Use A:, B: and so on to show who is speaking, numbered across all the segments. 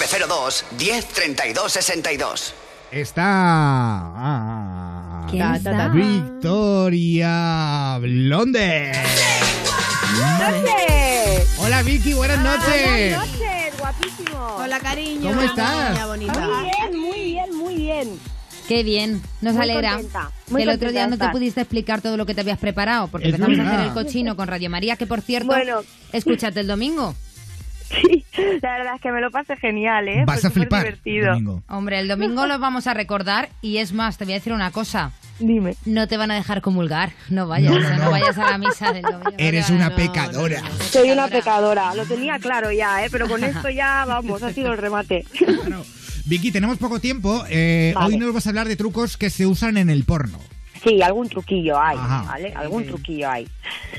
A: 902 103262
B: Está. ah,
C: ¿Quién
B: ah,
C: está?
B: Victoria Blonde.
D: noches!
B: Hola Vicky, buenas noches.
D: Ah, Buenas noches, guapísimo.
E: Hola, cariño.
B: ¿Cómo
E: Hola,
B: estás?
E: niña bonita.
D: Muy bien, muy bien, muy bien.
C: Qué bien, nos
D: Muy
C: alegra.
D: contenta, muy
C: que el otro
D: contenta
C: día
D: de
C: no te
D: estar.
C: pudiste explicar todo lo que te habías preparado, porque
B: Es
C: empezamos a
B: verdad.
C: hacer el cochino con Radio María, que por cierto,
D: Bueno.
C: escúchate el domingo.
D: Sí, la verdad es que me lo pasé genial, ¿eh?
B: Vas
D: Fue
B: a
D: súper
B: flipar.
D: divertido.
B: Domingo.
C: Hombre, el domingo lo vamos a recordar y es más, te voy a decir una cosa.
D: Dime.
C: No te van a dejar comulgar, no vayas,
B: No,
C: o sea,
B: no. Eh,
C: no vayas a la misa del domingo.
B: Eres una pecadora.
D: Soy una pecadora, lo tenía claro ya, ¿eh? Pero con esto ya, vamos, ha sido el remate.
B: Claro. Vicky, tenemos poco tiempo. eh,
D: Vale.
B: Hoy nos vas a hablar de trucos que se usan en el porno.
D: Sí, algún truquillo hay,
B: Ajá.
D: ¿vale? Algún truquillo hay.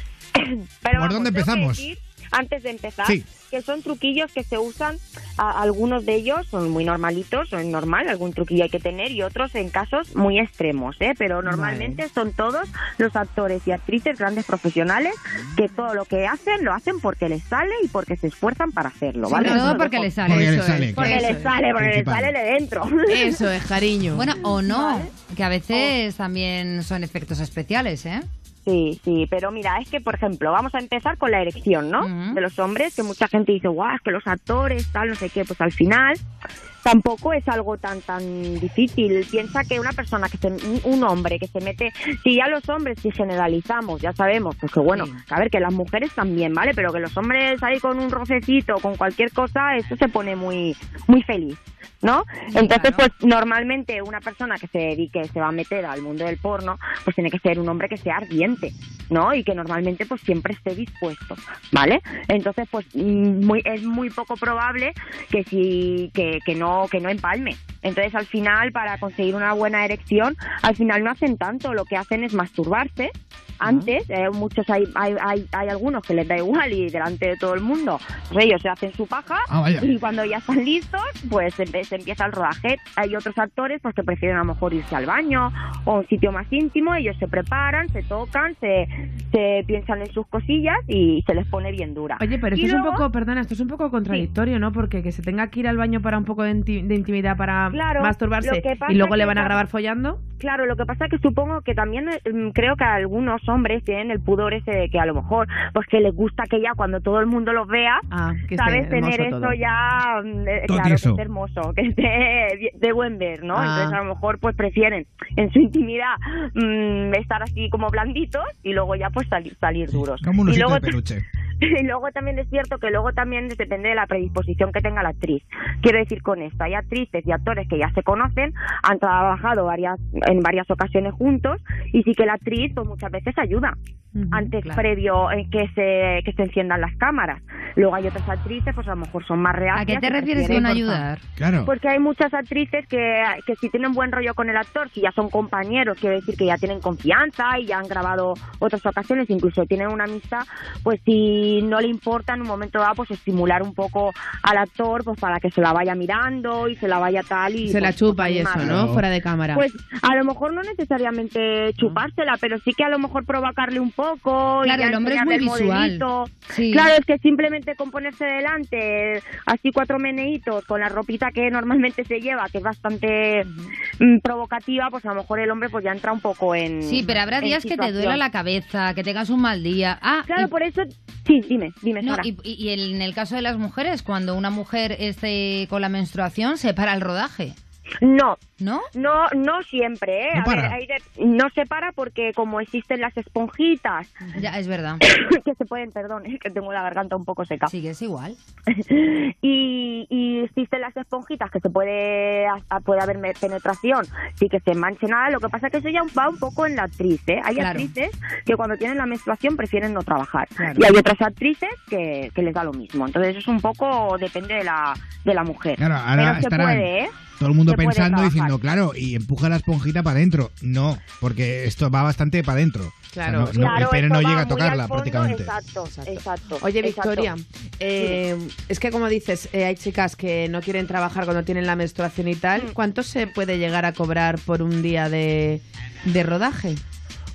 D: Pero
B: ¿Por dónde
D: tengo que
B: empezamos?
D: decir, antes de empezar,
B: Sí.
D: que son truquillos que se usan, a- algunos de ellos son muy normalitos, son normal, algún truquillo hay que tener, y otros en casos muy extremos, ¿eh? Pero normalmente son todos los actores y actrices, grandes profesionales, que todo lo que hacen, lo hacen porque les sale y porque se esfuerzan para hacerlo, ¿vale?
C: Sobre
D: Eso
C: todo
D: lo
C: porque
D: dejo-
C: le sale.
B: Porque le
C: eso
B: sale,
C: es.
B: claro.
D: Porque
E: Eso
D: les
E: es,
D: sale, porque les
B: principal.
D: sale de dentro.
E: Eso es, cariño.
C: Bueno, o no, que a veces
D: Oh.
C: también son efectos especiales, ¿eh?
D: Sí, sí, pero mira, es que, por ejemplo, vamos a empezar con la erección, ¿no?
C: Ujú.
D: De los hombres, que mucha gente dice, guau, es que los actores, tal, no sé qué, pues al final tampoco es algo tan tan difícil. Piensa que una persona, que se, un- un hombre que se mete, si ya los hombres, si generalizamos, ya sabemos, pues que bueno,
C: Sí.
D: a ver, que las mujeres también, ¿vale? Pero que los hombres ahí con un rocecito, con cualquier cosa, eso se pone muy, muy feliz. ¿no?
C: Sí,
D: Entonces,
C: claro.
D: pues normalmente una persona que se dedique, se va a meter al mundo del porno, pues tiene que ser un hombre que sea ardiente, ¿no? Y que normalmente pues siempre esté dispuesto, ¿vale? Entonces, pues mm, muy, es muy poco probable que si que, que no que no empalme. Entonces, al final para conseguir una buena erección, al final no hacen tanto, lo que hacen es masturbarse. Antes, eh, muchos hay, hay, hay, hay algunos que les da igual y delante de todo el mundo, pues, ellos se hacen su paja
B: Ah, vaya.
D: y cuando ya están listos, pues empe- se empieza el rodaje. Hay otros actores pues, que prefieren a lo mejor irse al baño o a un sitio más íntimo. Ellos se preparan, se tocan, se, se piensan en sus cosillas y se les pone bien dura.
F: Oye, pero
D: Y
F: esto es un
D: luego-
F: poco, perdona, esto es un poco contradictorio, ¿no? Porque que se tenga que ir al baño para un poco de, inti- de intimidad para
D: Claro, lo
F: masturbarse
D: que pasa
F: y luego
D: que
F: le van a
D: está-
F: grabar follando.
D: Claro, lo que pasa es que supongo que también eh, mm, creo que algunos hombres tienen el pudor ese de que a lo mejor pues que les gusta que ya cuando todo el mundo los vea
F: Ah, que esté
D: sabes tener
F: hermoso
D: eso
F: todo.
D: ya mm, eh,
B: Todo
D: claro que
B: tieso.
D: esté hermoso que esté bien- de buen ver no
F: Ah.
D: entonces a lo mejor pues prefieren en su intimidad mm, estar así como blanditos y luego ya pues salir salir duros
B: Como un
D: y
B: osito
D: luego
B: de peluche.
D: y luego también es cierto que luego también depende de la predisposición que tenga la actriz. Quiero decir con esto, hay actrices y actores que ya se conocen, han trabajado varias en varias ocasiones juntos y sí que la actriz pues muchas veces ayuda
F: Ujú,
D: antes
F: claro.
D: previo en que se que se enciendan las cámaras. Luego hay otras actrices pues a lo mejor son más reales.
C: ¿A qué te refieres con ayudar?
B: Claro.
D: pues, ah, Porque hay muchas actrices que, que si tienen buen rollo con el actor, si ya son compañeros, quiero decir que ya tienen confianza y ya han grabado otras ocasiones, incluso tienen una amistad, pues si no le importa en un momento dado, pues estimular un poco al actor, pues para que se la vaya mirando y se la vaya tal y...
F: Se la
D: pues,
F: chupa y eso,
D: animarlo.
B: Claro.
F: ¿no? Fuera de cámara.
D: Pues a lo mejor no necesariamente chupársela, pero sí que a lo mejor provocarle un poco. y
C: Claro,
D: ya
C: el hombre es muy
D: enseñarle el
C: visual.
D: modelito.
C: Sí.
D: Claro, es que simplemente con ponerse delante, así cuatro meneitos, con la ropita que normalmente se lleva, que es bastante mm, provocativa, pues a lo mejor el hombre pues ya entra un poco en.
C: Sí, pero habrá
D: en
C: días que te
D: situación.
C: duela la cabeza, que tengas un mal día. Ah,
D: Claro,
C: y-
D: por eso. Sí, dime, dime,
C: no,
D: Sara.
C: y, y- y el- en el caso de las mujeres, cuando una mujer esté con la menstruación, se para el rodaje,
D: No,
C: ¿no?
D: No, no siempre, ¿eh?
B: No
D: A
B: para.
D: ver, hay de- no se para porque como existen las esponjitas
C: Ya, es verdad.
D: que se pueden, perdón, es que tengo la garganta un poco seca.
C: Sí, que es igual.
D: y, y existen las esponjitas que se puede a- a- puede haber me- penetración sí que se manche nada lo que pasa es que eso ya va un poco en la actriz ¿eh? hay
C: Claro.
D: actrices que cuando tienen la menstruación prefieren no trabajar
C: Claro.
D: y hay otras actrices que, que les da lo mismo entonces es un poco depende de la de la mujer
B: Claro, ahora
D: pero se
B: estarán
D: puede ¿eh?
B: todo el mundo
D: se puede
B: pensando
D: trabajar.
B: diciendo, claro, y empuja la esponjita para adentro. No, porque esto va bastante para adentro.
F: Claro.
B: no- no, el pene
D: esto
B: no llega
D: va
B: a
D: muy al
B: tocarla
D: fondo,
B: prácticamente.
D: exacto
F: Exacto.
D: exacto,
F: Oye,
D: exacto.
F: Victoria, eh, es que como dices, eh, hay chicas que no quieren trabajar cuando tienen la
D: Mm.
F: menstruación y tal. ¿Cuánto se puede llegar a cobrar por un día de, de rodaje?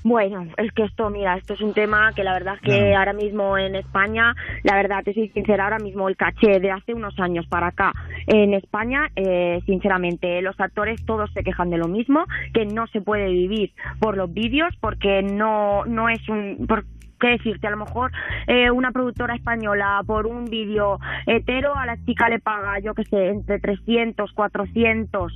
D: Bueno, es que esto, mira, esto es un tema que la verdad es que
B: Claro.
D: ahora mismo en España, la verdad, te soy sincera, ahora mismo el caché de hace unos años para acá en España, eh, sinceramente, los actores todos se quejan de lo mismo, que no se puede vivir por los vídeos porque no, no es un... por- ¿Qué decirte? A lo mejor eh, una productora española por un vídeo hetero a la chica le paga, yo qué sé, entre 300, 400.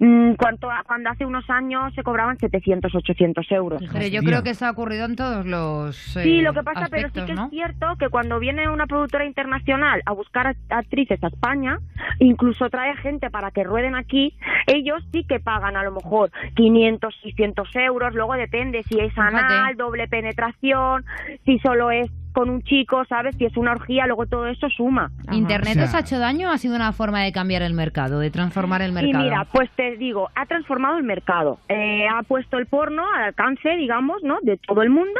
D: Mm, cuanto a- cuando hace unos años se cobraban 700, 800 euros.
C: Pero yo
B: Hostia.
C: creo que eso ha ocurrido en todos los. eh,
D: Sí, lo que pasa, pero sí
C: aspectos,
D: que
C: ¿no?
D: es cierto que cuando viene una productora internacional a buscar act- actrices a España, incluso trae gente para que rueden aquí, ellos sí que pagan a lo mejor 500, 600 euros, luego depende si es
C: Fíjate.
D: anal, doble penetración, si solo es con un chico, ¿sabes? Si es una orgía, luego todo eso suma.
F: Ajá.
C: ¿Internet
B: O sea-
C: os ha hecho daño o ha sido una forma de cambiar el mercado, de transformar el mercado?
D: Y mira, pues te digo, ha transformado el mercado. Eh, ha puesto el porno al alcance, digamos, ¿no? De todo el mundo.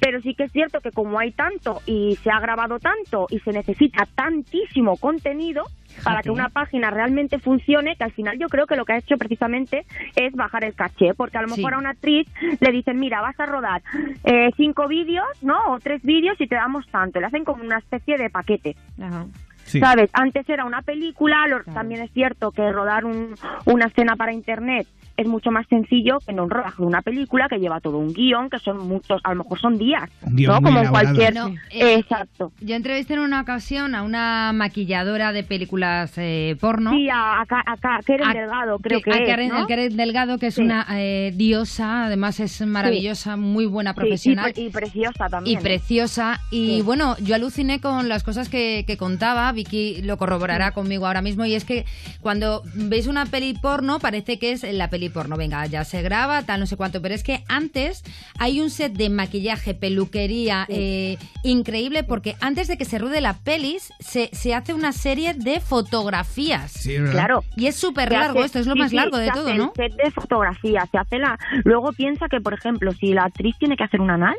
D: Pero sí que es cierto que como hay tanto y se ha grabado tanto y se necesita tantísimo contenido para
C: Fíjate.
D: que una página realmente funcione, que al final yo creo que lo que ha hecho precisamente es bajar el caché, porque a lo
C: Sí.
D: mejor a una actriz le dicen, mira, vas a rodar eh, cinco vídeos, ¿no? O tres vídeos y te damos tanto. Le hacen como una especie de paquete.
F: Ajá.
B: Sí.
D: ¿Sabes? Antes era una película, lo-
F: Claro.
D: también es cierto que rodar un- una escena para internet es mucho más sencillo que en un rodaje de una película que lleva todo un guión, que son muchos, a lo mejor son días,
B: Un guión
D: ¿no?
B: muy
D: Como en
B: elaborado.
D: cualquier...
C: No, eh,
D: Exacto.
C: Yo entrevisté en una ocasión a una maquilladora de películas eh, porno.
D: Sí, a, acá, acá, Karen
C: A-
D: Delgado, creo que,
C: a
D: es,
C: Karen,
D: ¿no?
C: a Karen Delgado, que es
D: Sí.
C: una eh, diosa, además es maravillosa, muy buena
D: Sí, y pues,
C: profesional.
D: pre- y, preciosa
C: y
D: también. ¿eh?
C: preciosa. Y
D: Sí.
C: bueno, yo aluciné con las cosas que, que contaba. Vicky lo corroborará conmigo ahora mismo. Y es que cuando veis una peli porno, parece que es la peli porno. Venga, ya se graba, tal, no sé cuánto. Pero es que antes hay un set de maquillaje, peluquería eh, increíble, porque antes de que se ruede la pelis, se, se hace una serie de fotografías.
B: Sí, es verdad.
D: Claro.
C: Y es súper
D: Se hace-
C: largo, esto es lo
D: sí,
C: más
D: sí,
C: largo de
D: se hace
C: todo,
D: el
C: ¿no?
D: set de fotografía, se hace la... Luego piensa que, por ejemplo, si la actriz tiene que hacer un anal,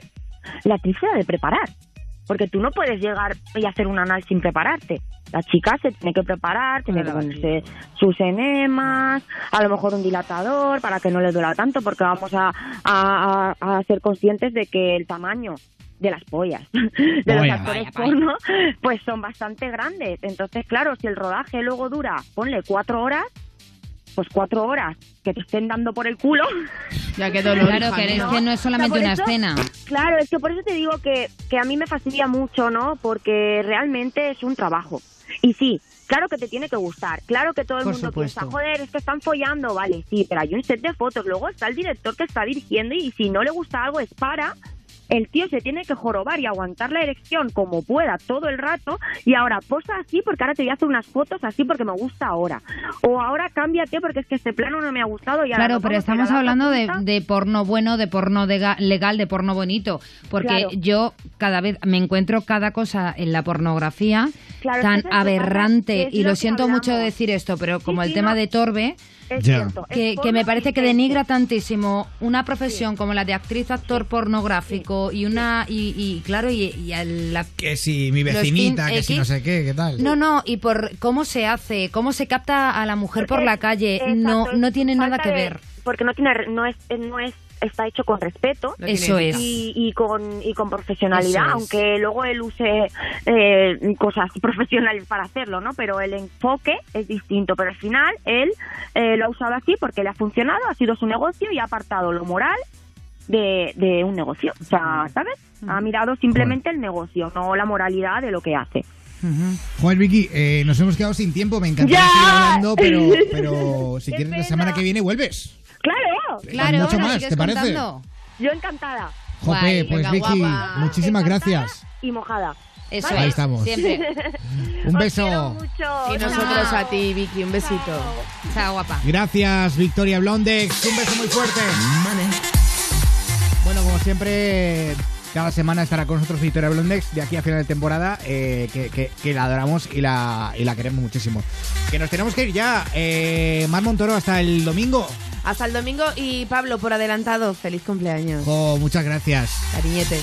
D: la actriz se la ha de preparar. Porque tú no puedes llegar y hacer un anal sin prepararte. La chica se tiene que preparar, tiene que ponerse eh, sus enemas, a lo mejor un dilatador para que no le duela tanto, porque vamos a, a- a- a ser conscientes de que el tamaño de las pollas, de los
B: Vaya.
D: actores
C: Vaya, vaya.
D: porno, pues son bastante grandes. Entonces, claro, si el rodaje luego dura, ponle cuatro horas, pues cuatro horas que te estén dando por el culo.
E: Ya quedó dolor.
C: Claro,
E: hija
C: que es
E: mía.
C: que no es solamente
D: por
C: una
D: eso-
C: escena.
D: Claro, es que por eso te digo que, que a mí me fastidia mucho, ¿no? Porque realmente es un trabajo. Y sí, claro que te tiene que gustar. Claro que todo el
C: Por
D: mundo
C: supuesto.
D: piensa, joder, es que están follando, vale, sí, pero hay un set de fotos. Luego está el director que está dirigiendo y si no le gusta algo es para. El tío se tiene que jorobar y aguantar la erección como pueda todo el rato. Y ahora posa así porque ahora te voy a hacer unas fotos así porque me gusta ahora. O ahora cámbiate porque es que este plano no me ha gustado. Y ahora
C: Claro,
D: nos
C: pero
D: vamos a ir a la
C: estamos
D: otra
C: hablando de,
D: punta.
C: de porno bueno, de porno dega- legal, de porno bonito, porque
D: Claro.
C: yo cada vez me encuentro cada cosa en la pornografía
D: Claro, es que
C: tan
D: eso es lo que pasa,
C: aberrante
D: que es
C: y
D: lo
C: lo
D: que
C: siento mucho
D: hablamos.
C: decir esto, pero
D: Sí,
C: como el
D: sí,
C: tema
D: no.
C: de Torbe,
D: Es
B: Ya.
D: cierto,
C: que,
D: es
C: que
D: porno
C: me parece que
D: y
C: denigra
D: es-
C: tantísimo una profesión como la de actriz, actor pornográfico y una y, y, claro y, y a la
B: Que si mi
C: Los
B: vecinita,
C: Fin
B: que si
C: X.
B: no sé qué, qué tal.
C: No, no, y por cómo se hace, cómo se capta a la mujer por
D: Es-
C: la calle,
D: exacto,
C: no
D: es
C: no tiene nada
D: falta
C: que
D: de-
C: ver.
D: Porque no tiene, no es, eh, no es, está hecho con respeto.
E: No tiene
C: Eso
E: ética.
C: es.
D: Y, y con y con
C: Eso
D: profesionalidad,
C: es.
D: aunque luego él use eh, cosas profesionales para hacerlo, ¿no? Pero el enfoque es distinto. Pero al final él eh, lo ha usado así porque le ha funcionado, ha sido su negocio y ha apartado lo moral de, de un negocio. O sea, ¿sabes? Ha mirado simplemente el negocio, no la moralidad de lo que hace.
B: Joder, Vicky, eh, nos hemos quedado sin tiempo. Me encantaría
D: Ya.
B: seguir hablando, pero, pero si
D: Qué
B: quieres la
D: pena.
B: semana que viene vuelves.
D: Claro,
C: Claro,
B: mucho
C: ahora
B: más,
C: sigues
B: ¿te parece?
C: contando.
D: yo encantada
B: Jope,
C: Guay,
E: venga,
B: pues Vicky,
E: guapa.
B: muchísimas
D: Encantada
B: gracias.
D: y mojada.
C: Eso
B: Ahí
C: es.
B: estamos.
C: Siempre.
B: Un
D: Os
B: beso.
D: quiero mucho.
E: Y
D: Chao.
E: nosotros a ti, Vicky, un besito.
C: Chao, guapa.
B: Gracias, Victoria Blondex. Un beso muy fuerte. Bueno, como siempre, cada semana estará con nosotros Victoria Blondex de aquí a final de temporada, eh, que, que- que la adoramos y la, y la queremos muchísimo. Que nos tenemos que ir ya. Eh, Mar Montoro, hasta el domingo.
E: Hasta el domingo y Pablo, por adelantado, feliz cumpleaños.
B: Jo, muchas gracias.
E: Cariñete.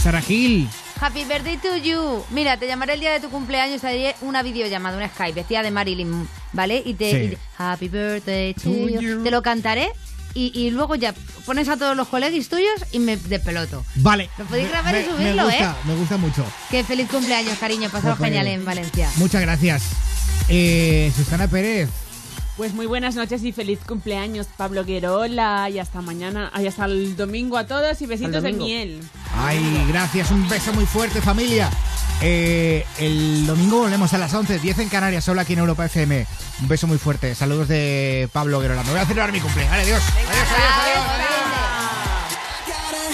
B: Sara Gil,
C: Happy birthday to you. Mira, te llamaré el día de tu cumpleaños. Haré una videollamada, una Skype, vestida de Marilyn, ¿vale? Y te.
B: Sí.
C: y te- happy birthday to
B: To
C: you.
B: you.
C: Te lo cantaré y, y luego ya pones a todos los colegas tuyos y me despeloto.
B: Vale.
C: Lo podéis
B: Me-
C: grabar y
B: me-
C: subirlo,
B: me gusta,
C: ¿eh?
B: Me gusta mucho.
C: Que feliz cumpleaños, cariño. Pasado
B: Joder.
C: genial en Valencia.
B: Muchas gracias. Eh, Susana Pérez,
G: Pues muy buenas noches y feliz cumpleaños, Pablo Guerola. Y hasta mañana, ay, hasta el domingo a todos y besitos de miel.
B: Ay, gracias, un beso muy fuerte familia. Eh, el domingo volvemos a las 11, 10 en Canarias, solo aquí en Europa FM. Un beso muy fuerte, saludos de Pablo Guerola. Me voy a celebrar mi cumpleaños. Adiós. Adiós, adiós, adiós, adiós.